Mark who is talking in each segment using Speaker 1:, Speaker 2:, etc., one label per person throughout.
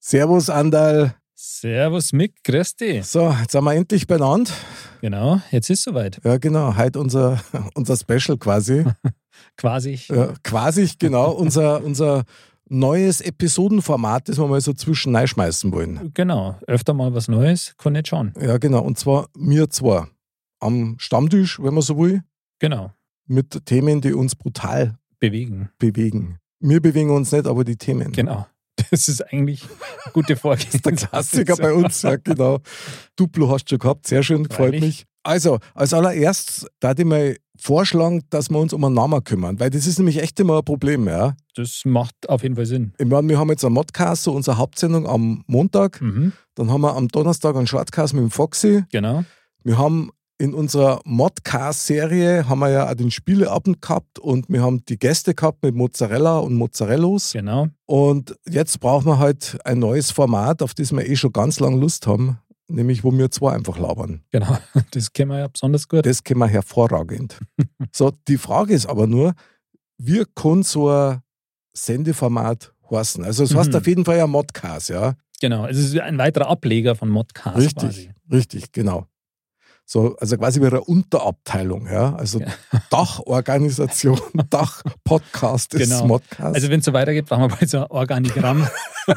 Speaker 1: Servus, Andal.
Speaker 2: Servus Mick, grüß dich.
Speaker 1: So, jetzt sind wir endlich beieinander.
Speaker 2: Genau, jetzt ist soweit.
Speaker 1: Ja, genau. Heute unser, unser Special quasi.
Speaker 2: Quasi.
Speaker 1: Ja, quasi, genau. Unser, unser neues Episodenformat, das wir mal so zwischen schmeißen wollen.
Speaker 2: Genau, öfter mal was Neues, kann nicht schauen.
Speaker 1: Ja, genau. Und zwar mir zwar am Stammtisch, wenn man so will,
Speaker 2: Genau,
Speaker 1: mit Themen, die uns brutal
Speaker 2: bewegen.
Speaker 1: bewegen. Wir bewegen uns nicht, aber die Themen.
Speaker 2: Genau. Das ist eigentlich eine gute Vorgehensweise.
Speaker 1: Das ist der Klassiker bei uns, ja genau. Duplo hast du schon gehabt, sehr schön, freut
Speaker 2: Freilich.
Speaker 1: mich. Also, als allererst darf ich mal vorschlagen, dass wir uns um einen Namen kümmern, weil das ist nämlich echt immer ein Problem, ja.
Speaker 2: Das macht auf jeden Fall Sinn.
Speaker 1: Ich meine, wir haben jetzt einen Modcast, so unsere Hauptsendung am Montag,
Speaker 2: Mhm,
Speaker 1: dann haben wir am Donnerstag einen Shortcast mit dem Foxy,
Speaker 2: genau.
Speaker 1: wir haben in unserer Modcast-Serie haben wir ja auch den Spieleabend gehabt und wir haben die Gäste gehabt mit Mozzarella und Mozzarellos.
Speaker 2: Genau.
Speaker 1: Und jetzt brauchen wir halt ein neues Format, auf das wir eh schon ganz lange Lust haben, nämlich wo wir zwei einfach labern.
Speaker 2: Genau. Das kennen wir ja besonders gut.
Speaker 1: Das können wir hervorragend. so, die Frage ist aber nur, wie kann so ein Sendeformat heißen? Also es heißt
Speaker 2: Mhm.
Speaker 1: auf jeden Fall ja Modcast, ja?
Speaker 2: Genau. Es ist ein weiterer Ableger von Modcast
Speaker 1: richtig,
Speaker 2: quasi.
Speaker 1: richtig, genau. So, also quasi wie eine Unterabteilung, ja? Also
Speaker 2: Ja.
Speaker 1: Dachorganisation, Dachpodcast ist
Speaker 2: Genau.
Speaker 1: Modcast.
Speaker 2: Also wenn es so weitergeht, brauchen wir bald so ein Organigramm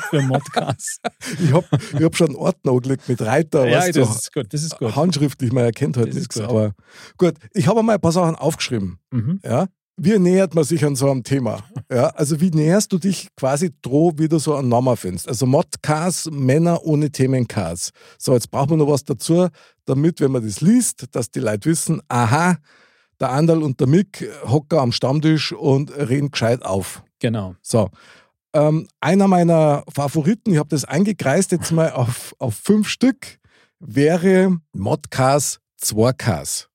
Speaker 2: für Modcast.
Speaker 1: ich habe ich hab schon einen Ordner angelegt mit Reiter,
Speaker 2: ja,
Speaker 1: weißt du,
Speaker 2: das ist gut. Das ist gut.
Speaker 1: handschriftlich, man erkennt halt
Speaker 2: Das ist
Speaker 1: nichts.
Speaker 2: gut.
Speaker 1: Aber gut, ich habe mal ein paar Sachen aufgeschrieben.
Speaker 2: Mhm.
Speaker 1: Ja? Wie nähert man sich an so einem Thema? Ja? Also wie näherst du dich quasi droh, wie du so einen Namen findest? Also Modcars, Männer ohne Themencars. So, jetzt braucht man noch was dazu, damit, wenn man das liest, dass die Leute wissen, aha, der Andal und der Mick hocken am Stammtisch und reden gescheit auf.
Speaker 2: Genau.
Speaker 1: So. Ähm, einer meiner Favoriten, ich habe das eingekreist jetzt mal auf, auf fünf Stück, wäre Modcast 2Cast.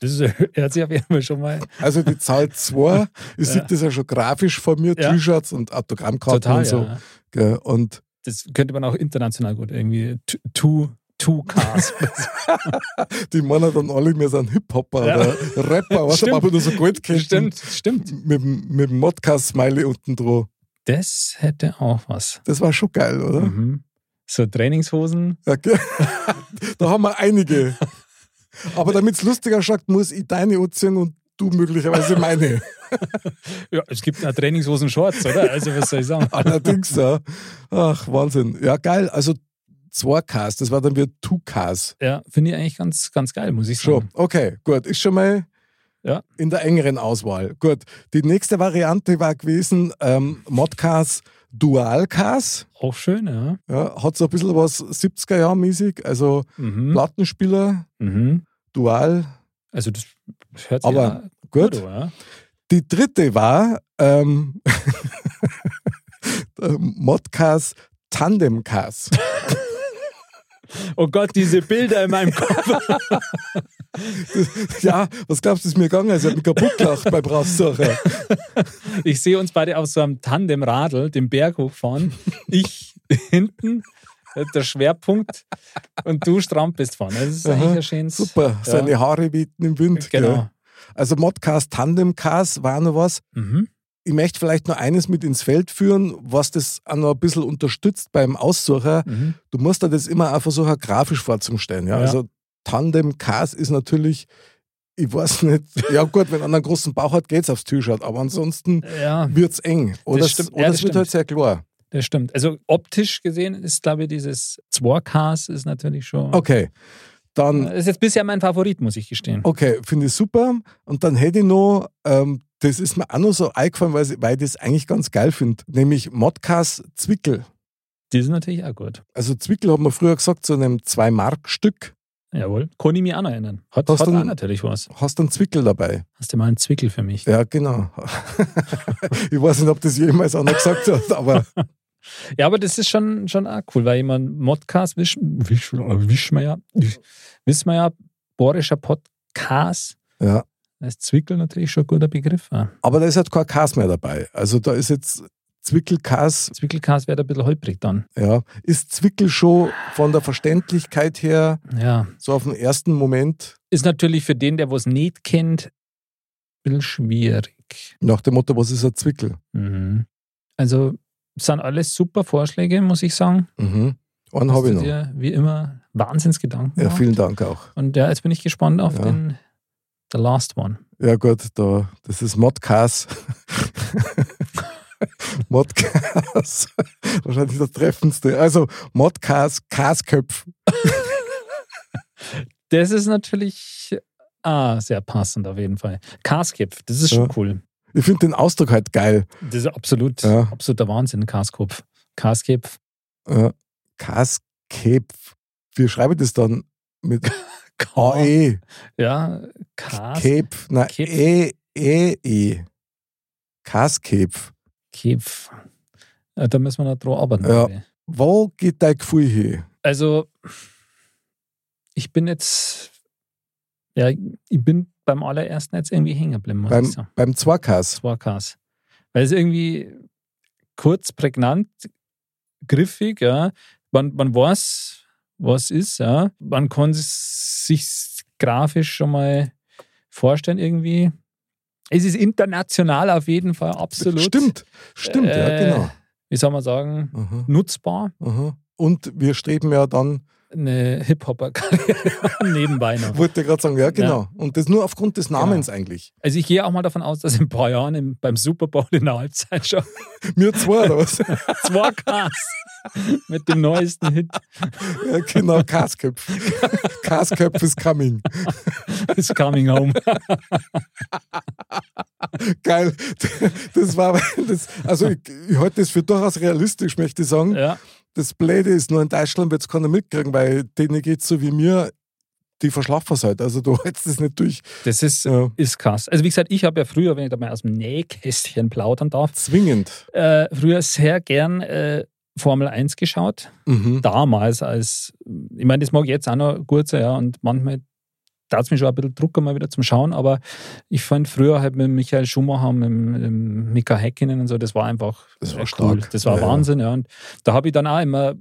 Speaker 2: Das ist, hört sich auf jeden Fall schon mal
Speaker 1: Also die Zahl 2, ich
Speaker 2: Ja.
Speaker 1: sehe das ja schon grafisch vor mir,
Speaker 2: Ja.
Speaker 1: T-Shirts und Autogrammkarten
Speaker 2: total.
Speaker 1: und so.
Speaker 2: ja.
Speaker 1: gell. Und
Speaker 2: das könnte man auch international gut irgendwie t- two two cars
Speaker 1: die meinen dann alle, wir sind Hip-Hopper
Speaker 2: Ja.
Speaker 1: oder Rapper, was
Speaker 2: Stimmt.
Speaker 1: aber nur so Gold
Speaker 2: stimmt.
Speaker 1: Mit, dem- mit dem Modcast-Smiley unten drauf.
Speaker 2: Das hätte auch was.
Speaker 1: Das war schon geil, oder?
Speaker 2: Mhm. So Trainingshosen.
Speaker 1: Ja, gell? da haben wir einige. Aber damit es lustiger schaut, muss ich deine anziehen und du möglicherweise meine.
Speaker 2: Ja, es gibt ja Trainingshosen-Shorts, oder? Also was soll ich sagen?
Speaker 1: Allerdings, ja. Ach, Wahnsinn. Ja, geil. Also zwei Ks, das war dann wieder two Ks.
Speaker 2: Ja, finde ich eigentlich ganz, ganz geil, muss ich
Speaker 1: Schon.
Speaker 2: sagen.
Speaker 1: Okay, gut. Ist schon mal
Speaker 2: Mhm. Ja.
Speaker 1: in der engeren Auswahl. Gut. Die nächste Variante war gewesen, ähm, Modcast Dual Ks.
Speaker 2: Auch schön, ja.
Speaker 1: Ja, hat so ein bisschen was 70er-Jahr-mäßig. Also
Speaker 2: Mhm.
Speaker 1: Plattenspieler,
Speaker 2: Mhm.
Speaker 1: Dual.
Speaker 2: Also das hört sich
Speaker 1: Aber
Speaker 2: ja
Speaker 1: gut.
Speaker 2: gut, oder?
Speaker 1: Die dritte war ähm, der Modcast Tandemcast.
Speaker 2: Oh Gott, diese Bilder in meinem Kopf.
Speaker 1: ja, was glaubst du, ist mir gegangen? Also, ich hab mich kaputt gelacht beim Raussuchen.
Speaker 2: Ich sehe uns beide auf so einem Tandemradl den Berg hochfahren. Ich hinten, der Schwerpunkt, und du strampelst vorne. Das ist
Speaker 1: Aha.
Speaker 2: eigentlich ein schönes.
Speaker 1: Super, seine Haare wehten im Wind. gell?
Speaker 2: Genau.
Speaker 1: Also, Modcast Tandemcast war noch was.
Speaker 2: Mhm.
Speaker 1: Ich möchte vielleicht noch eines mit ins Feld führen, was das auch noch ein bisschen unterstützt beim Aussuchen.
Speaker 2: Mhm.
Speaker 1: Du musst dir das immer auch versuchen, grafisch vorzustellen. Ja?
Speaker 2: Ja.
Speaker 1: Also Tandem Cars ist natürlich, ich weiß nicht, ja gut, wenn einer einen großen Bauch hat, geht's aufs T-Shirt, aber ansonsten
Speaker 2: Ja,
Speaker 1: wird's eng. Oder, es-
Speaker 2: stimmt. Ja,
Speaker 1: oder
Speaker 2: das
Speaker 1: es wird
Speaker 2: stimmt.
Speaker 1: halt sehr klar.
Speaker 2: das stimmt. Also optisch gesehen ist, glaube ich, dieses 2Ks ist natürlich schon.
Speaker 1: Okay, dann,
Speaker 2: Ist jetzt bisher mein Favorit, muss ich gestehen.
Speaker 1: okay, finde ich super. Und dann hätte ich noch, ähm, das ist mir auch noch so eingefallen, weil, ich- weil ich das eigentlich ganz geil finde, nämlich Modcast Zwickel.
Speaker 2: Die sind natürlich auch gut.
Speaker 1: Also Zwickel hat man früher gesagt, zu einem 2-Mark-Stück
Speaker 2: Jawohl. Kann ich mich auch noch erinnern. Hat,
Speaker 1: Hast
Speaker 2: hat
Speaker 1: du
Speaker 2: auch
Speaker 1: n-
Speaker 2: natürlich was.
Speaker 1: hast du einen Zwickel dabei.
Speaker 2: Hast du mal einen Zwickel für mich?
Speaker 1: Ja, genau. ich weiß nicht, ob das jemals einer gesagt hat, aber
Speaker 2: Ja, aber das ist schon, schon auch cool, weil jemand Modcast, wisch, wisch, wisch wir ja, wisch- wissen wir ja, borischer Podcast,
Speaker 1: ja.
Speaker 2: da ist Zwickel natürlich schon ein guter Begriff. Ja.
Speaker 1: Aber da ist halt kein Kas mehr dabei. Also da ist jetzt Zwickelkas,
Speaker 2: Zwickelcast wäre da ein bisschen holprig dann.
Speaker 1: ja, ist Zwickel schon von der Verständlichkeit her
Speaker 2: Ja.
Speaker 1: so auf den ersten Moment
Speaker 2: Ist natürlich für den, der was nicht kennt, ein bisschen schwierig.
Speaker 1: nach dem Motto, was ist ein Zwickel?
Speaker 2: Mhm. Also sind alles super Vorschläge, muss ich sagen.
Speaker 1: Mhm. Einen
Speaker 2: Hast
Speaker 1: habe ich
Speaker 2: du
Speaker 1: noch.
Speaker 2: dir wie immer Wahnsinnsgedanken
Speaker 1: Ja,
Speaker 2: gemacht.
Speaker 1: vielen Dank auch.
Speaker 2: Und ja, jetzt bin ich gespannt auf
Speaker 1: Ja.
Speaker 2: den The Last One.
Speaker 1: Ja gut, da, das ist Modcast. Modcast. Wahrscheinlich das Treffendste. Also Modcast, Kasköpf.
Speaker 2: Das ist natürlich ah, sehr passend auf jeden Fall. Kaskopf, das ist schon
Speaker 1: Ja.
Speaker 2: cool.
Speaker 1: Ich finde den Ausdruck halt geil.
Speaker 2: Das ist absolut,
Speaker 1: Ja.
Speaker 2: absoluter Wahnsinn, Kaskopf. Kaskopf.
Speaker 1: Ja. Kasköpf. Wie schreibe ich das dann? Mit AE.
Speaker 2: Ja, Kaskopf.
Speaker 1: Kepf. Nein,
Speaker 2: Kepf.
Speaker 1: E, E, E. Kaskepf.
Speaker 2: Ja, Äh, Da müssen wir noch dran arbeiten.
Speaker 1: Ja.
Speaker 2: glaube ich.
Speaker 1: Wo geht dein Gefühl hin?
Speaker 2: Also, ich bin jetzt, ja, ich bin beim allerersten jetzt irgendwie hängen geblieben, muss ich
Speaker 1: Beim,
Speaker 2: sagen.
Speaker 1: beim Zwarkas.
Speaker 2: Das war krass. Weil es irgendwie kurz, prägnant, griffig, ja. Man, man weiß, was ist, ja. Man kann es sich grafisch schon mal vorstellen, irgendwie. Es ist international auf jeden Fall, absolut.
Speaker 1: Stimmt, stimmt,
Speaker 2: Äh,
Speaker 1: ja,
Speaker 2: Wie soll man sagen?
Speaker 1: genau. Aha,
Speaker 2: Nutzbar.
Speaker 1: aha. Und wir streben ja dann
Speaker 2: Eine Hip-Hopper-Karriere nebenbei noch.
Speaker 1: Wollte gerade sagen, ja, genau. Und das nur aufgrund
Speaker 2: Genau.
Speaker 1: des Namens eigentlich.
Speaker 2: Also ich gehe auch mal davon aus, dass in ein paar Jahren im, beim Super Bowl in der Halbzeit schon
Speaker 1: Mir zwei oder was?
Speaker 2: zwei Cars mit dem neuesten Hit
Speaker 1: ja, genau, Kasköpf. Kasköpf is coming.
Speaker 2: is coming home.
Speaker 1: Geil. Das war, das, also ich, ich halte das für durchaus realistisch, möchte ich sagen.
Speaker 2: Ja,
Speaker 1: Das Blöde ist, nur in Deutschland wird es keiner mitkriegen, weil denen geht es so wie mir, die verschlafen halt. Also du hältst das nicht durch.
Speaker 2: das ist,
Speaker 1: Ja.
Speaker 2: ist krass. Also wie gesagt, ich habe ja früher, wenn ich da mal aus dem Nähkästchen plaudern darf,
Speaker 1: Zwingend.
Speaker 2: äh, früher sehr gern äh, Formel 1 geschaut.
Speaker 1: Mhm.
Speaker 2: Damals als, ich meine, das mag ich jetzt auch noch gut sein, ja, und manchmal da es mir schon ein bisschen Druck, mal wieder zum Schauen, aber ich fand früher halt mit Michael Schumacher, mit, dem- mit dem Mika Häkkinen und so, das war einfach
Speaker 1: Das war
Speaker 2: äh,
Speaker 1: stark.
Speaker 2: Das war
Speaker 1: Ja, ja.
Speaker 2: Wahnsinn, ja. Und da habe ich dann auch immer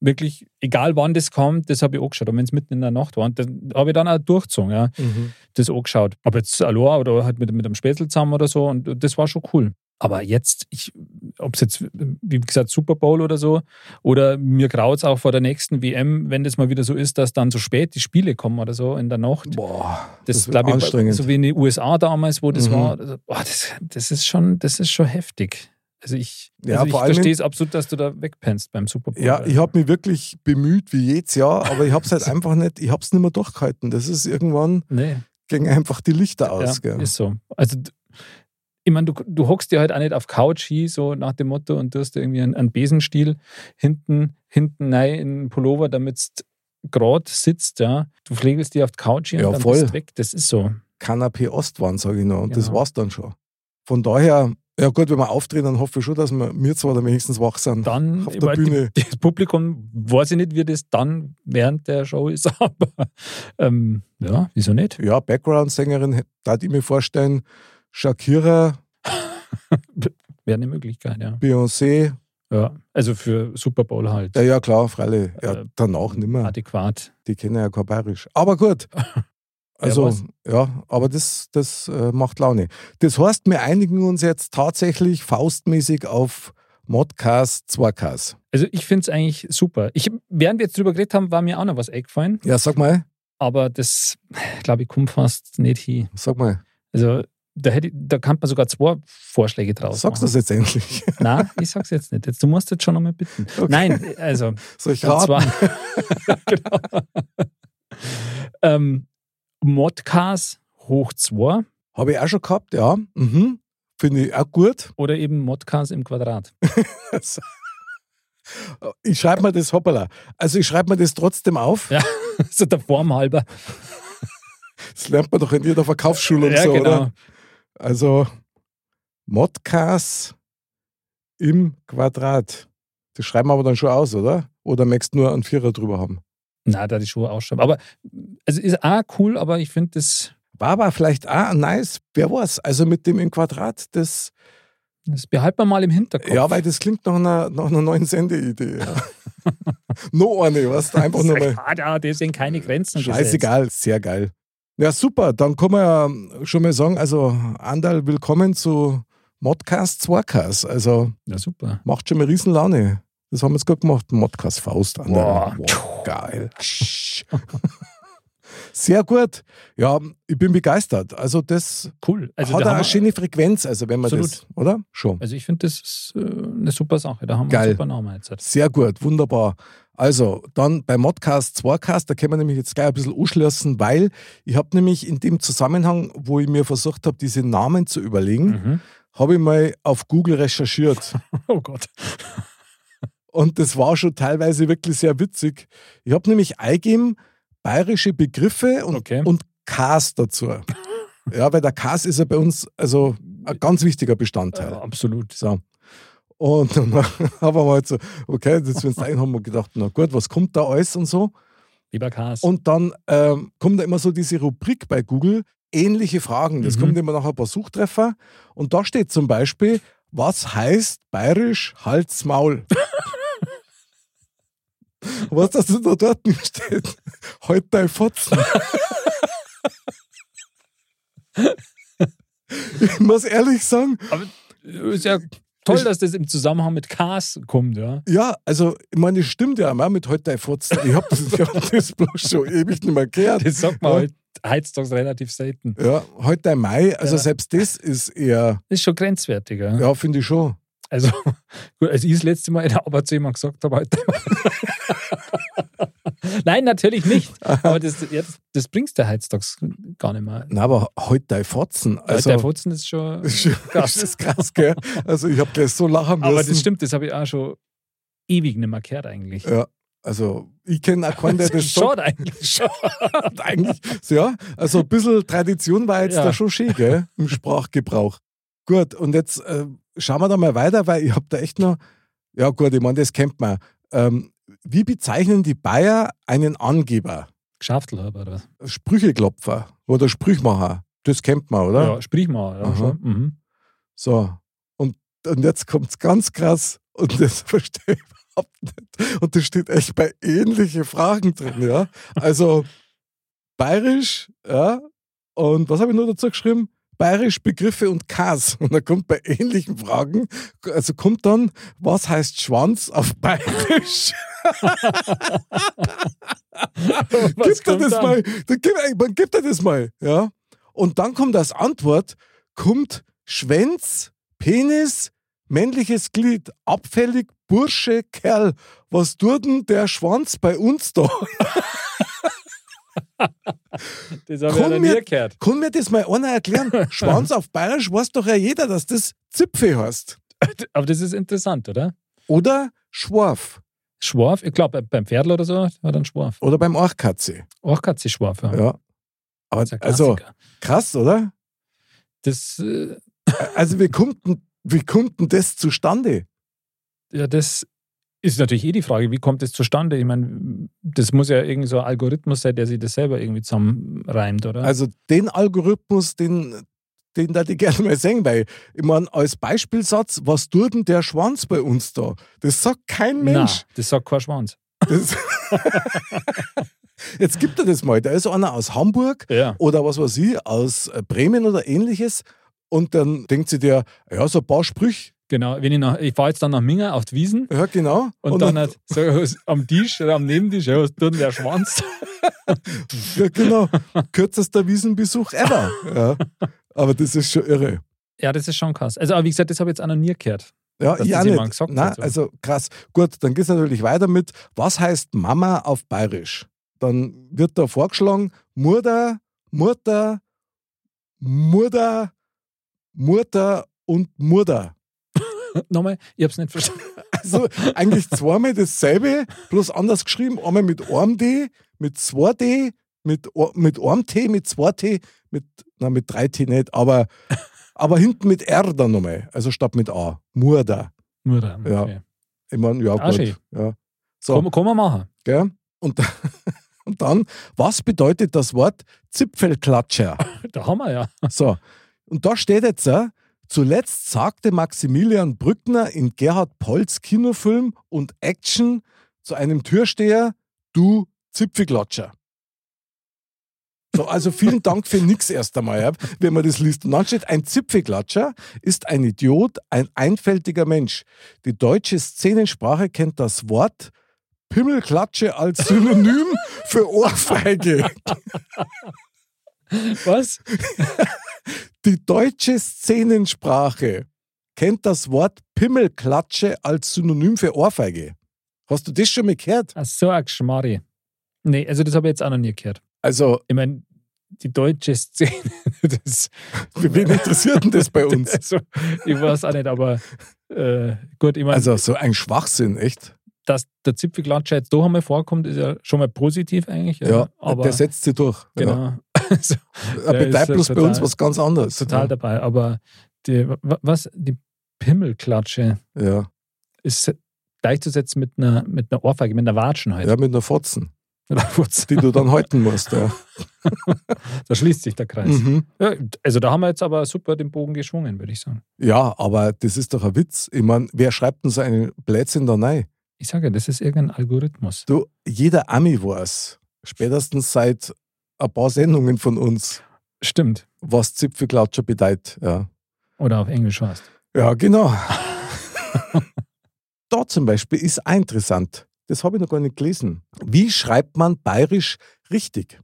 Speaker 2: wirklich, egal wann das kommt, das habe ich angeschaut. Und wenn es mitten in der Nacht war, und dann habe ich dann auch durchgezogen, ja
Speaker 1: Mhm.
Speaker 2: das angeschaut. Ob jetzt Aloha oder halt mit, mit einem Spätzle zusammen oder so. Und das war schon cool. Aber jetzt, ich, ob es jetzt, wie gesagt, Super Bowl oder so, oder mir graut es auch vor der nächsten WM, wenn das mal wieder so ist, dass dann so spät die Spiele kommen oder so in der Nacht.
Speaker 1: Boah,
Speaker 2: Das,
Speaker 1: wird
Speaker 2: glaube ich,
Speaker 1: anstrengend.
Speaker 2: so wie in den USA damals, wo das
Speaker 1: Mhm.
Speaker 2: war. Also, boah, das, das, ist schon, das ist schon heftig. Also ich,
Speaker 1: Ja,
Speaker 2: also ich
Speaker 1: vor allem-
Speaker 2: verstehe es absolut, dass du da wegpennst beim Super Bowl.
Speaker 1: Ja, ich habe mich wirklich bemüht, wie jedes Jahr, aber ich habe es halt einfach nicht, ich habe es nicht mehr durchgehalten. Das ist irgendwann,
Speaker 2: Nee.
Speaker 1: gingen einfach die Lichter aus.
Speaker 2: ja,
Speaker 1: gell?
Speaker 2: ist so. Also, d- ich meine, du, du hockst dir halt auch nicht auf Couch hin, so nach dem Motto, und du hast irgendwie einen, einen Besenstiel hinten, hinten rein in den Pullover, damit du gerade sitzt, ja. Du pflegelst dir auf die Couch hin
Speaker 1: Ja,
Speaker 2: und dann
Speaker 1: voll.
Speaker 2: bist du weg. Das ist so.
Speaker 1: Kanapé Ost waren, sage ich noch, und das
Speaker 2: Genau.
Speaker 1: war's dann schon. Von daher, ja gut, wenn wir aufdrehen, dann hoffe ich schon, dass wir, wir zwar dann wenigstens wach sind.
Speaker 2: Dann,
Speaker 1: Auf der
Speaker 2: weil die-
Speaker 1: Bühne.
Speaker 2: das Publikum, weiß ich nicht, wie das dann während der Show ist, aber ähm, ja, wieso nicht?
Speaker 1: Ja, Background-Sängerin, da ich mir vorstellen, Shakira,
Speaker 2: Wäre eine Möglichkeit, ja.
Speaker 1: Beyoncé,
Speaker 2: ja. Also für Super Bowl halt.
Speaker 1: ja, ja klar, freilich. Ja,
Speaker 2: Äh,
Speaker 1: danach nimmer.
Speaker 2: Adäquat.
Speaker 1: Die kennen ja kein Bayerisch. Aber gut. Also,
Speaker 2: was?
Speaker 1: ja, aber das, das äh, macht Laune. Das heißt, wir einigen uns jetzt tatsächlich faustmäßig auf Modcast, 2Ks.
Speaker 2: Also ich finde es eigentlich super. Ich, während wir jetzt drüber geredet haben, war mir auch noch was eingefallen,
Speaker 1: Ja, sag mal,
Speaker 2: aber das, glaube ich, kommt fast nicht hin.
Speaker 1: sag mal,
Speaker 2: Also da, hätte, ich- da kann man sogar zwei Vorschläge draus
Speaker 1: sagst du das jetzt endlich?
Speaker 2: machen. Nein, ich sag's jetzt nicht. Jetzt, du musst jetzt schon nochmal bitten. Nein, also
Speaker 1: Soll ich
Speaker 2: und
Speaker 1: raten?
Speaker 2: zwar genau. ähm, Modcast hoch 2
Speaker 1: Habe ich auch schon gehabt, ja. Mhm. Finde ich auch gut.
Speaker 2: oder eben Modcast im Quadrat.
Speaker 1: Ich schreibe mir das, hoppala. Also, ich schreibe mir das trotzdem auf.
Speaker 2: Ja. so Also der Form halber.
Speaker 1: Das lernt man doch in jeder Verkaufsschule und
Speaker 2: ja,
Speaker 1: so,
Speaker 2: genau.
Speaker 1: oder? Also Modcast im Quadrat. Das schreiben wir aber dann schon aus, oder? Oder möchtest du nur einen Vierer drüber haben?
Speaker 2: Na, da die Schuhe ausschreiben. Aber also ist auch cool, aber ich finde das,
Speaker 1: War aber vielleicht auch nice. Wer weiß? Also mit dem im Quadrat, das.
Speaker 2: das behalten wir mal im Hinterkopf.
Speaker 1: Ja, weil das klingt nach einer, nach einer neuen Sendeidee. Ja. no eine, was? Einfach nur mal.
Speaker 2: Ah, da da sind keine Grenzen. gesetzt.
Speaker 1: Scheißegal, sehr geil. Ja, super. Dann kann man ja schon mal sagen, also Andal, willkommen zu Modcast, Zwarkas. Also
Speaker 2: Ja, super.
Speaker 1: macht schon mal riesen Laune. Das haben wir jetzt gut gemacht. Modcast Faust an
Speaker 2: Wow.
Speaker 1: der wow, Geil. Sehr gut. Ja, ich bin begeistert. Also das
Speaker 2: Cool. Also,
Speaker 1: hat
Speaker 2: da
Speaker 1: eine
Speaker 2: haben wir-
Speaker 1: schöne Frequenz, also wenn man das, oder? Schon.
Speaker 2: also ich finde, das ist äh, eine super Sache. Da haben wir
Speaker 1: Geil.
Speaker 2: einen super Namen jetzt.
Speaker 1: Sehr gut, wunderbar. Also, dann bei Modcast, Zwarcast, da können wir nämlich jetzt gleich ein bisschen anschließen, weil ich habe nämlich in dem Zusammenhang, wo ich mir versucht habe, diese Namen zu überlegen,
Speaker 2: Mhm.
Speaker 1: habe ich mal auf Google recherchiert.
Speaker 2: Oh Gott.
Speaker 1: Und das war schon teilweise wirklich sehr witzig. Ich habe nämlich eingegeben, bayerische Begriffe und,
Speaker 2: Okay.
Speaker 1: und Cast dazu. Ja, weil der Cast ist ja bei uns also ein ganz wichtiger
Speaker 2: Äh,
Speaker 1: Bestandteil.
Speaker 2: absolut.
Speaker 1: So. Und dann haben wir mal so, okay, das wenn's ein, haben wir gedacht, na gut, was kommt da alles und so.
Speaker 2: Lieber Kars.
Speaker 1: Und dann ähm, kommt da immer so diese Rubrik bei Google, ähnliche Fragen. Das
Speaker 2: Mhm.
Speaker 1: kommt immer nach ein paar Suchtreffer. Und da steht zum Beispiel, was heißt bayerisch Hals, Maul? was das denn da dort steht? Halt dein Fotzen. ich muss ehrlich sagen,
Speaker 2: Äh, ist ja toll, dass das im Zusammenhang mit Kars kommt, ja.
Speaker 1: Ja, also, ich meine, das stimmt ja auch mit heute dein Fotzen. Ich hab das, ich hab das bloß schon ewig nicht mehr gehört.
Speaker 2: Das sagt man halt heutzutage relativ selten.
Speaker 1: Ja, heute dein Mai, also
Speaker 2: Ja.
Speaker 1: selbst das ist eher,
Speaker 2: Das ist schon grenzwertiger.
Speaker 1: ja, finde ich schon.
Speaker 2: Also, gut, als ich das letzte Mal in der Arbeit zu jemandem gesagt habe, heute. Nein, natürlich nicht. Aber das, ja, das, das bringst du heutzutage gar nicht mehr.
Speaker 1: Na, aber heute dein Fotzen,
Speaker 2: Also,
Speaker 1: also,
Speaker 2: der Fotzen ist schon.
Speaker 1: ist schon-
Speaker 2: Krass.
Speaker 1: ist das krass, gell? Also, ich hab gleich so lachen müssen.
Speaker 2: Aber das stimmt, das habe ich auch schon ewig nicht mehr gehört eigentlich.
Speaker 1: Ja, also, ich kenne auch keinen, der das sagt.
Speaker 2: Schade eigentlich schon.
Speaker 1: eigentlich. So, ja, also ein bisschen Tradition war jetzt
Speaker 2: Ja.
Speaker 1: da schon schön, gell? Im Sprachgebrauch. Gut, und jetzt äh, schauen wir da mal weiter, weil ich habe da echt noch, ja gut, ich meine, das kennt man. Ähm, wie bezeichnen die Bayer einen Angeber?
Speaker 2: Geschafft habe oder was?
Speaker 1: Sprücheklopfer oder Sprüchmacher? Das kennt man, oder?
Speaker 2: Ja, sprich mal. Ja,
Speaker 1: Aha.
Speaker 2: schon. Mhm.
Speaker 1: So. Und, und jetzt kommt es ganz krass und das verstehe ich überhaupt nicht. Und das steht echt bei ähnliche Fragen drin, ja. Also bayerisch, ja. Und was habe ich nur dazu geschrieben? Bayerisch Begriffe und Kas. Und da kommt bei ähnlichen Fragen, also kommt dann, was heißt Schwanz auf Bayerisch?
Speaker 2: Was
Speaker 1: gib dir
Speaker 2: kommt
Speaker 1: das
Speaker 2: dann?
Speaker 1: mal. Da, gib, man, gib dir das mal. Ja. Und dann kommt als Antwort, kommt Schwänz, Penis, männliches Glied, abfällig, Bursche, Kerl. Was tut denn der Schwanz bei uns da?
Speaker 2: Das habe ich
Speaker 1: Komm
Speaker 2: ja noch
Speaker 1: mir-
Speaker 2: nie gehört.
Speaker 1: Kann mir das mal einer erklären? Schwanz auf Bayerisch weiß doch ja jeder, dass das Zipfe heißt.
Speaker 2: Aber das ist interessant, oder?
Speaker 1: Oder Schwarf.
Speaker 2: Schwarf, ich glaube, beim Pferdl oder so hat er einen Schwarf.
Speaker 1: Oder beim Orchkatze.
Speaker 2: Auch Katze Schwarf. Ja.
Speaker 1: Ja. Aber
Speaker 2: Ah. Das ist ein
Speaker 1: also,
Speaker 2: Klassiker.
Speaker 1: krass, oder?
Speaker 2: das, äh,
Speaker 1: Also, wie kommt denn, wie kommt denn das zustande?
Speaker 2: ja, das ist natürlich eh die Frage, wie kommt das zustande? Ich meine, das muss ja irgend so ein Algorithmus sein, der sich das selber irgendwie zusammenreimt, oder?
Speaker 1: Also den Algorithmus, den, den da die gerne mal sehen, weil ich meine, als Beispielsatz, was tut denn der Schwanz bei uns da? Das sagt kein Mensch.
Speaker 2: Nein, das sagt kein Schwanz.
Speaker 1: Das Jetzt gibt er das mal. Da ist einer aus Hamburg
Speaker 2: Ja.
Speaker 1: oder was weiß ich, aus äh, Bremen oder ähnliches. Und dann denkt sie dir, ja, so ein paar Sprüche.
Speaker 2: Genau, wenn ich, nach- ich fahre jetzt dann nach Minga auf die Wiesen
Speaker 1: Ja, genau.
Speaker 2: und, dann halt, so, was- am Tisch oder am Nebentisch, ja, was tut denn der Schwanz?
Speaker 1: ja, genau. Kürzester Wiesenbesuch ever. Ja. Aber das ist schon irre.
Speaker 2: Ja, das ist schon krass. Also, aber wie gesagt, das habe ich jetzt auch noch nie gehört.
Speaker 1: Ja,
Speaker 2: dass
Speaker 1: ich
Speaker 2: das
Speaker 1: auch
Speaker 2: jemand
Speaker 1: nicht.
Speaker 2: gesagt
Speaker 1: Nein,
Speaker 2: hat, oder?
Speaker 1: also krass. Gut, dann geht es natürlich weiter mit, was heißt Mama auf Bayerisch? Dann wird da vorgeschlagen, Murder, Murder, Murder, Murder und Murder.
Speaker 2: Nochmal, ich habe es nicht verstanden.
Speaker 1: Also eigentlich zweimal dasselbe, bloß anders geschrieben. Einmal mit einem D, mit zwei D, mit, o- mit einem T, mit zwei T, mit, nein, mit drei T nicht, aber, aber hinten mit R dann nochmal, also statt mit A. Murder.
Speaker 2: Nur da. Okay.
Speaker 1: Ich meine, ja,
Speaker 2: Ah,
Speaker 1: gut.
Speaker 2: schön.
Speaker 1: Ja. So,
Speaker 2: Kann, man- kann man machen.
Speaker 1: gell? Und, dann- und dann, was bedeutet das Wort Zipfelklatscher?
Speaker 2: Da haben wir ja.
Speaker 1: So, und da steht jetzt, äh, zuletzt sagte Maximilian Brückner in Gerhard Polls Kinofilm und Action zu einem Türsteher, du Zipfelklatscher. So, also vielen Dank für nix erst einmal, ja, wenn man das liest. Und dann steht, ein Zipfelklatscher ist ein Idiot, ein einfältiger Mensch. Die deutsche Szenensprache kennt das Wort Pimmelklatsche als Synonym für Ohrfeige.
Speaker 2: Was?
Speaker 1: Die deutsche Szenensprache kennt das Wort Pimmelklatsche als Synonym für Ohrfeige. Hast du das schon mal gehört?
Speaker 2: Ach, so ein Geschmarri. Nee, also das habe ich jetzt auch noch nie gehört.
Speaker 1: Also,
Speaker 2: Ich meine, die deutsche Szene, das,
Speaker 1: wen interessiert denn das bei uns?
Speaker 2: also, ich weiß auch nicht, aber äh, gut, ich meine,
Speaker 1: Also, so ein Schwachsinn, echt.
Speaker 2: dass der Zipfelklatscher jetzt doch einmal vorkommt, ist ja schon mal positiv eigentlich.
Speaker 1: Ja,
Speaker 2: aber
Speaker 1: der setzt sie durch. Ja.
Speaker 2: genau. Also,
Speaker 1: Er
Speaker 2: Der ist
Speaker 1: betreibt bloß bei
Speaker 2: total-
Speaker 1: uns was ganz anderes.
Speaker 2: total dabei. Aber die, wa- was, die Pimmelklatsche
Speaker 1: Ja, ja.
Speaker 2: ist gleichzusetzen mit einer, mit einer Ohrfeige, mit einer Watschen halt.
Speaker 1: ja mit einer Fotzen, die
Speaker 2: da
Speaker 1: du dann halten musst. Ja.
Speaker 2: schließt sich der Kreis.
Speaker 1: Mhm.
Speaker 2: Ja, also da haben wir jetzt aber super den Bogen geschwungen, würde ich sagen.
Speaker 1: ja, aber das ist doch ein Witz. Ich meine, wer schreibt denn so einen Blödsinn da rein?
Speaker 2: Ich sage, ja, das ist irgendein Algorithmus.
Speaker 1: Du, jeder Ami weiß, spätestens seit ein paar Sendungen von uns,
Speaker 2: Stimmt.
Speaker 1: was Zipfelklatscher bedeutet. Ja.
Speaker 2: Oder auf Englisch heißt.
Speaker 1: Ja, genau. da zum Beispiel ist auch interessant. Das habe ich noch gar nicht gelesen. Wie schreibt man bayerisch richtig?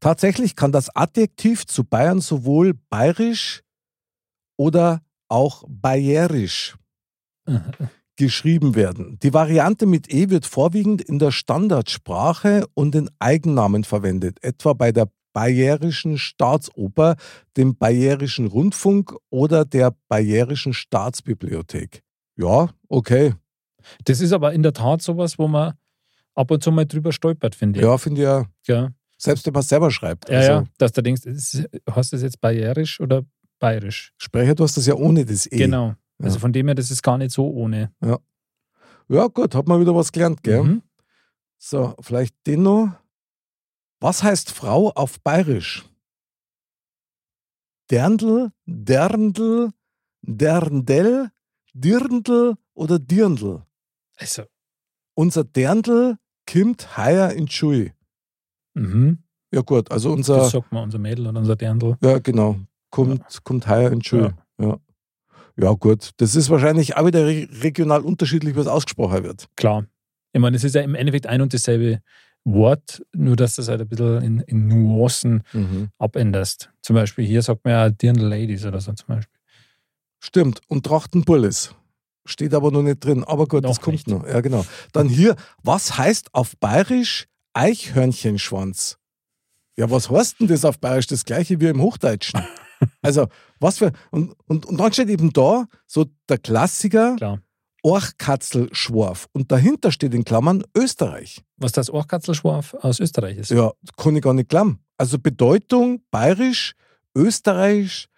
Speaker 1: Tatsächlich kann das Adjektiv zu Bayern sowohl bayerisch oder auch bayerisch
Speaker 2: Aha.
Speaker 1: geschrieben werden. Die Variante mit E wird vorwiegend in der Standardsprache und in Eigennamen verwendet, etwa bei der Bayerischen Staatsoper, dem Bayerischen Rundfunk oder der Bayerischen Staatsbibliothek. Ja, okay.
Speaker 2: Das ist aber in der Tat sowas, wo man ab und zu mal drüber stolpert, finde ich.
Speaker 1: Ja, finde ich ja,
Speaker 2: Gell?
Speaker 1: selbst wenn man selber schreibt.
Speaker 2: Ja,
Speaker 1: also,
Speaker 2: ja. Dass du denkst, ist, hast du das jetzt bayerisch oder bayerisch?
Speaker 1: Sprecher, du hast das ja ohne das E.
Speaker 2: Genau.
Speaker 1: Ja.
Speaker 2: Also von dem her, das ist gar nicht so ohne.
Speaker 1: Ja, gut, hat man wieder was gelernt, gell?
Speaker 2: Mhm.
Speaker 1: So, vielleicht den noch. Was heißt Frau auf Bayerisch? Derndl, Derndl, Derndl, Dirndl oder Dirndl?
Speaker 2: Also,
Speaker 1: Unser Derndl kimmt heuer in Schui.
Speaker 2: mhm.
Speaker 1: Ja gut, also
Speaker 2: das
Speaker 1: unser,
Speaker 2: sagt man unser Mädel und unser Dirndl.
Speaker 1: ja genau, kommt, kommt heuer in Schui.
Speaker 2: Ja.
Speaker 1: Ja. Ja. gut, das ist wahrscheinlich auch wieder re- regional unterschiedlich, was ausgesprochen wird.
Speaker 2: Klar. Ich meine, es ist ja im Endeffekt ein und dasselbe Wort, nur dass du es halt ein bisschen in, in Nuancen abänderst. Zum Beispiel hier sagt man ja Dirndl Ladies oder so zum Beispiel.
Speaker 1: Stimmt, und Trachtenbullis. Steht aber noch nicht drin. Aber gut, das
Speaker 2: Noch
Speaker 1: kommt
Speaker 2: nicht.
Speaker 1: noch. Ja, genau. Dann hier, was heißt auf Bayerisch Eichhörnchenschwanz? Ja, was heißt denn das auf Bayerisch? Das gleiche wie im Hochdeutschen. Also, was für. Und, und, und dann steht eben da so der Klassiker
Speaker 2: Klar.
Speaker 1: Orchkatzelschwarf. Und dahinter steht in Klammern Österreich.
Speaker 2: Was das Orchkatzelschwarf aus Österreich ist.
Speaker 1: Ja, kann ich gar nicht glauben. Also Bedeutung bayerisch, österreichisch,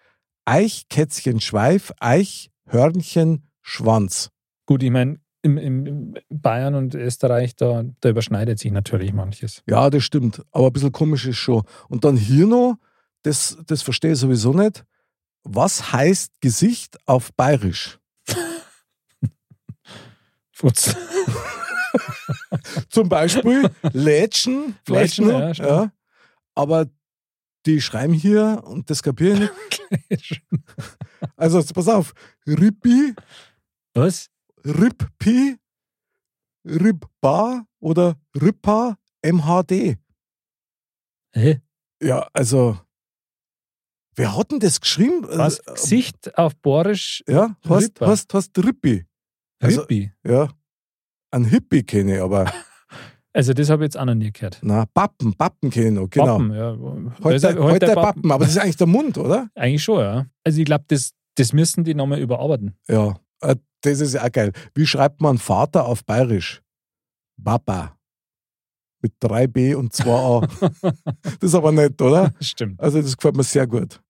Speaker 1: Eichkätzchenschweif, Eichhörnchen, Schwanz.
Speaker 2: Gut, ich meine, im, im im Bayern und Österreich, da, da überschneidet sich natürlich manches.
Speaker 1: Ja, das stimmt. Aber ein bisschen komisch ist schon. Und dann hier noch, das, das verstehe ich sowieso nicht. Was heißt Gesicht auf bayerisch?
Speaker 2: Futz.
Speaker 1: Zum Beispiel Lätschen, vielleicht
Speaker 2: Lätschen,
Speaker 1: noch.
Speaker 2: ja,
Speaker 1: Ja,
Speaker 2: stimmt.
Speaker 1: Aber die schreiben hier und das kapiere ich nicht. Also jetzt pass auf. Rippi,
Speaker 2: Was?
Speaker 1: Rippi, Ribba oder Rippa MHD. Äh,
Speaker 2: Hä?
Speaker 1: Ja, also, wer hat denn das geschrieben?
Speaker 2: Was?
Speaker 1: Äh,
Speaker 2: Gesicht auf Borisch
Speaker 1: Ja, hast,
Speaker 2: Rippa.
Speaker 1: hast, hast Rippi. Also-
Speaker 2: Hippie.
Speaker 1: Ja. Ein Hippie kenne ich, aber
Speaker 2: Also, das habe ich jetzt auch noch nie gehört.
Speaker 1: na, Pappen, Pappen kenne ich noch, genau.
Speaker 2: Pappen, ja. Da
Speaker 1: Heute,
Speaker 2: ist ja-
Speaker 1: heute, der Pappen. aber das ist eigentlich der Mund, oder?
Speaker 2: Eigentlich schon, ja. Also, ich glaube, das, das müssen die nochmal überarbeiten.
Speaker 1: Ja. Äh, Das ist ja auch geil. Wie schreibt man Vater auf Bayerisch? Papa. Mit 3b und 2a. das ist aber nett, oder?
Speaker 2: Stimmt.
Speaker 1: Also, das gefällt mir sehr gut.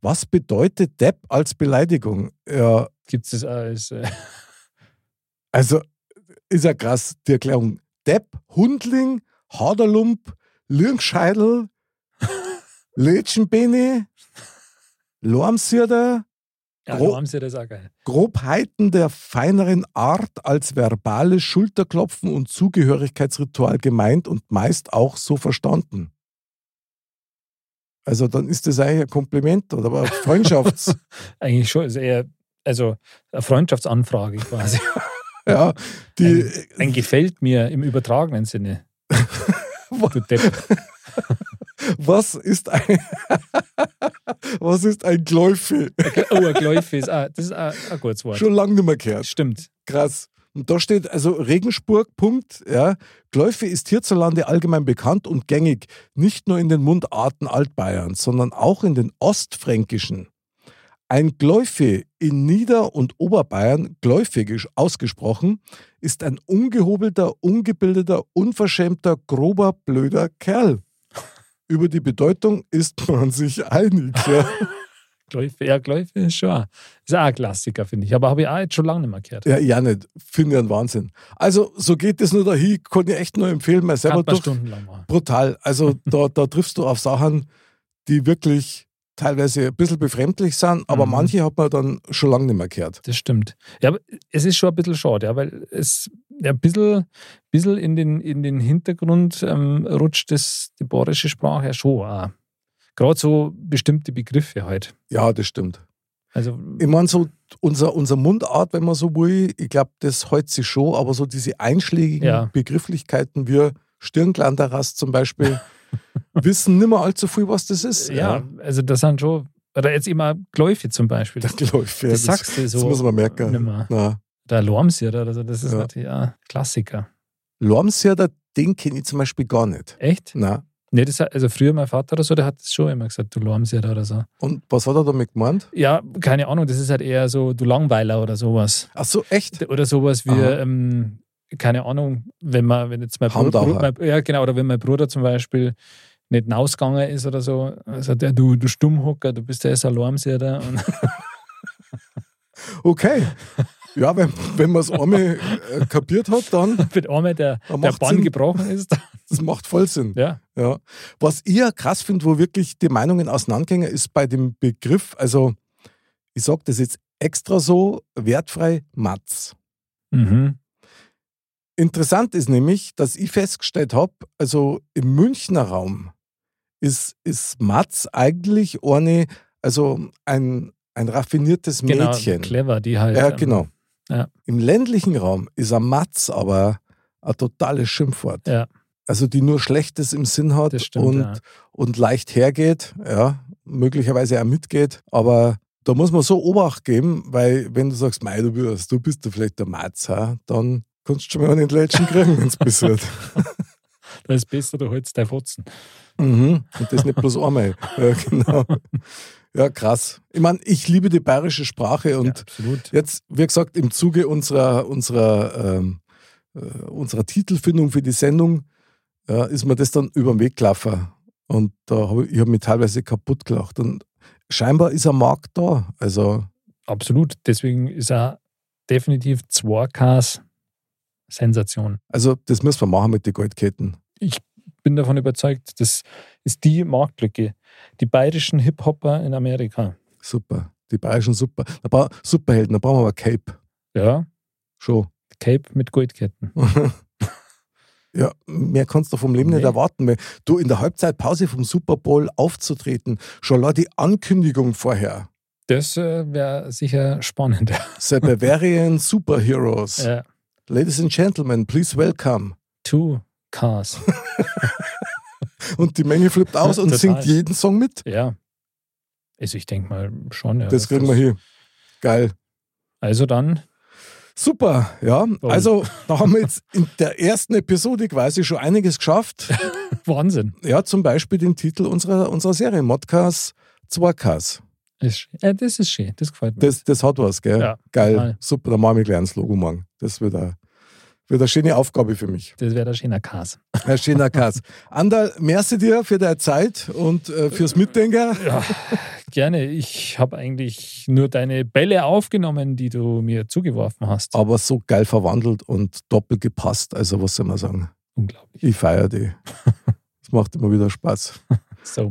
Speaker 1: Was bedeutet Depp als Beleidigung? Ja,
Speaker 2: Gibt es das auch als. Äh,
Speaker 1: also ist ja krass, die Erklärung. Depp, Hundling, Haderlump, Lirngscheidel, Lädchenbene, Lormsirder,
Speaker 2: ja,
Speaker 1: Gro-
Speaker 2: da haben sie das auch geil.
Speaker 1: Grobheiten der feineren Art als verbales Schulterklopfen und Zugehörigkeitsritual gemeint und meist auch so verstanden. Also dann ist das eigentlich ein Kompliment oder aber ein Freundschafts.
Speaker 2: Eigentlich schon, ist eher, also eine Freundschaftsanfrage quasi.
Speaker 1: ja, die,
Speaker 2: ein, ein gefällt mir im übertragenen Sinne. du Depp.
Speaker 1: was ist ein Was ist ein Gläufi?
Speaker 2: Oh, ein Gläufe ist, ah, das ist ein, ein gutes Wort.
Speaker 1: Schon lange nicht mehr gehört.
Speaker 2: Stimmt.
Speaker 1: Krass. Und da steht also Regensburg, Punkt. Ja. Gläufe ist hierzulande allgemein bekannt und gängig, nicht nur in den Mundarten Altbayerns, sondern auch in den ostfränkischen. Ein Gläufe in Nieder- und Oberbayern, gläufig ist ausgesprochen, ist ein ungehobelter, ungebildeter, unverschämter, grober, blöder Kerl. Über die Bedeutung ist man sich einig. Ja.
Speaker 2: Gläufe, ja, Gläufe ist schon. auch- Ist auch ein Klassiker, finde ich. Aber habe ich auch jetzt schon lange nicht mehr gehört.
Speaker 1: Ja, ja nicht. Finde ich einen Wahnsinn. Also, so geht es nur dahin. Kann ich echt nur empfehlen, mal
Speaker 2: Kann
Speaker 1: selber
Speaker 2: man
Speaker 1: durch.
Speaker 2: stundenlang machen.
Speaker 1: Brutal. Also, da, da triffst du auf Sachen, die wirklich teilweise ein bisschen befremdlich sind, aber
Speaker 2: Mhm.
Speaker 1: manche hat man dann schon lange nicht mehr gehört.
Speaker 2: Das stimmt. Ja, aber es ist schon ein bisschen schade, ja, weil es ja, ein bisschen, bisschen in, den, in den Hintergrund ähm, rutscht das, die bayerische Sprache ja schon auch. Gerade so bestimmte Begriffe halt.
Speaker 1: Ja, das stimmt.
Speaker 2: Also,
Speaker 1: Ich meine, so unser, unser Mundart, wenn man so will, ich glaube, das hält sich schon, aber so diese einschlägigen
Speaker 2: Ja.
Speaker 1: Begrifflichkeiten wie Stirnglanderrast zum Beispiel, wissen nicht mehr allzu viel, was das ist.
Speaker 2: ja, also das sind schon, oder jetzt immer Gläufe zum Beispiel.
Speaker 1: Der
Speaker 2: Das,
Speaker 1: Gläufe, ja, das, das,
Speaker 2: sagst du so.
Speaker 1: muss man merken.
Speaker 2: nimmer.
Speaker 1: Na,
Speaker 2: Oder Lormsier oder so, das ist
Speaker 1: Ja.
Speaker 2: natürlich auch ein Klassiker.
Speaker 1: Lormsirder, den kenne ich zum Beispiel gar nicht.
Speaker 2: Echt?
Speaker 1: Na,
Speaker 2: Nee, das, hat- also früher mein Vater oder so, der hat das schon immer gesagt, du Lormsier oder so.
Speaker 1: und was hat er damit gemeint?
Speaker 2: Ja, keine Ahnung, das ist halt eher so, du Langweiler oder sowas.
Speaker 1: Ach so, echt?
Speaker 2: Oder sowas wie,
Speaker 1: Aha.
Speaker 2: ähm, keine Ahnung, wenn man, wenn jetzt mein Bruder,
Speaker 1: Handauer.
Speaker 2: mein, ja genau, oder wenn mein Bruder zum Beispiel nicht rausgegangen ist oder so, dann sagt er, du, du Stummhocker, du bist der Alarmsieder. Und
Speaker 1: Okay. Ja, wenn, wenn man es einmal äh, kapiert hat, dann
Speaker 2: mit einmal der,
Speaker 1: Dann
Speaker 2: der
Speaker 1: macht's
Speaker 2: Bann
Speaker 1: Sinn.
Speaker 2: gebrochen ist.
Speaker 1: das macht voll Sinn.
Speaker 2: ja,
Speaker 1: Ja. Was ich ja krass finde, wo wirklich die Meinungen auseinandergehen, ist bei dem Begriff, also ich sage das jetzt extra so, wertfrei Matz.
Speaker 2: mhm.
Speaker 1: Interessant ist nämlich, dass ich festgestellt habe, also im Münchner Raum ist, ist Matz eigentlich ohne, also ein, ein raffiniertes
Speaker 2: genau,
Speaker 1: Mädchen.
Speaker 2: clever, die halt.
Speaker 1: ja,
Speaker 2: ähm,
Speaker 1: genau.
Speaker 2: ja.
Speaker 1: Im ländlichen Raum ist ein Matz aber ein totales Schimpfwort.
Speaker 2: Ja.
Speaker 1: Also die nur Schlechtes im Sinn hat
Speaker 2: Das stimmt,
Speaker 1: und
Speaker 2: ja.
Speaker 1: und leicht hergeht, ja, möglicherweise auch mitgeht, aber da muss man so Obacht geben, weil wenn du sagst, mei, du bist, du bist ja vielleicht der Matz, ha, dann kannst du schon mal einen Lätschen kriegen, wenn es passiert.
Speaker 2: Da ist besser, du holst dein Fotzen.
Speaker 1: mhm. Und das nicht bloß einmal. Ja, genau. ja krass. Ich meine, ich liebe die bayerische Sprache und
Speaker 2: ja, absolut.
Speaker 1: Jetzt, wie gesagt, im Zuge unserer, unserer, ähm, äh, unserer Titelfindung für die Sendung äh, ist mir das dann über den Weg gelaufen. Und da hab ich, ich habe mich teilweise kaputt gelacht. Und scheinbar ist ein Markt da. Also,
Speaker 2: Absolut. Deswegen ist er definitiv 2Ks Sensation.
Speaker 1: also das müssen wir machen mit den Goldketten.
Speaker 2: Bin davon überzeugt, das ist die Marktlücke. Die bayerischen Hip-Hopper in Amerika.
Speaker 1: Super. Die bayerischen Super. Da bra Superhelden, da brauchen wir aber Cape.
Speaker 2: Ja,
Speaker 1: Schon.
Speaker 2: Cape mit Goldketten.
Speaker 1: Ja, mehr kannst du vom Leben
Speaker 2: Nee.
Speaker 1: nicht erwarten, weil du in der Halbzeitpause vom Super Bowl aufzutreten, schon allein die Ankündigung vorher.
Speaker 2: Das äh, wäre sicher spannend.
Speaker 1: The Bavarian Superheroes.
Speaker 2: Ja,
Speaker 1: Ladies and Gentlemen, please welcome.
Speaker 2: two Cars.
Speaker 1: Und die Menge flippt aus und
Speaker 2: Total.
Speaker 1: singt jeden Song mit.
Speaker 2: Ja. Also ich denke mal schon. Ja,
Speaker 1: Das kriegen wir hier. Geil.
Speaker 2: Also dann,
Speaker 1: Super, ja.
Speaker 2: Toll.
Speaker 1: Also, da haben wir jetzt in der ersten Episode quasi schon einiges geschafft.
Speaker 2: Wahnsinn.
Speaker 1: Ja, zum Beispiel den Titel unserer, unserer Serie, Modcast 2Ks.
Speaker 2: Ist sch- äh, das ist schön, das gefällt mir.
Speaker 1: Das, das hat was, gell?
Speaker 2: Ja,
Speaker 1: Geil.
Speaker 2: total.
Speaker 1: Super, da machen wir gleich ein Logo morgen. Das wird eine, wird eine schöne Aufgabe für mich.
Speaker 2: das wäre der schöne Cars.
Speaker 1: Herr Schenakas. Andal, merci dir für deine Zeit und äh, fürs Mitdenken.
Speaker 2: Ja, gerne. Ich habe eigentlich nur deine Bälle aufgenommen, die du mir zugeworfen hast.
Speaker 1: aber so geil verwandelt und doppelt gepasst. Also, was soll man sagen?
Speaker 2: Unglaublich.
Speaker 1: Ich feiere die. Es macht immer wieder Spaß.
Speaker 2: So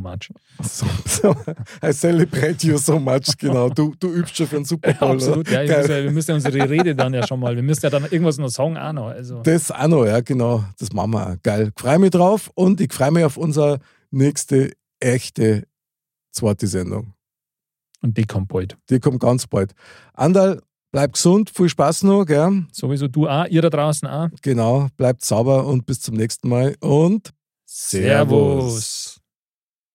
Speaker 2: much.
Speaker 1: So, so, I celebrate you so much, genau. Du, du übst schon für einen Super Bowl.
Speaker 2: Absolut. Ja, ich
Speaker 1: Geil.
Speaker 2: muss ja, wir müssen ja unsere Rede dann ja schon mal, wir müssen ja dann irgendwas noch sagen auch noch. Also,
Speaker 1: Das auch noch, ja, genau. Das machen wir auch. Geil. Freue mich drauf und ich freue mich auf unsere nächste echte zweite Sendung.
Speaker 2: Und die kommt bald.
Speaker 1: Die kommt ganz bald. Andal, bleib gesund, viel Spaß noch, gell?
Speaker 2: Sowieso du auch, ihr da draußen auch.
Speaker 1: Genau, bleibt sauber und bis zum nächsten Mal und Servus.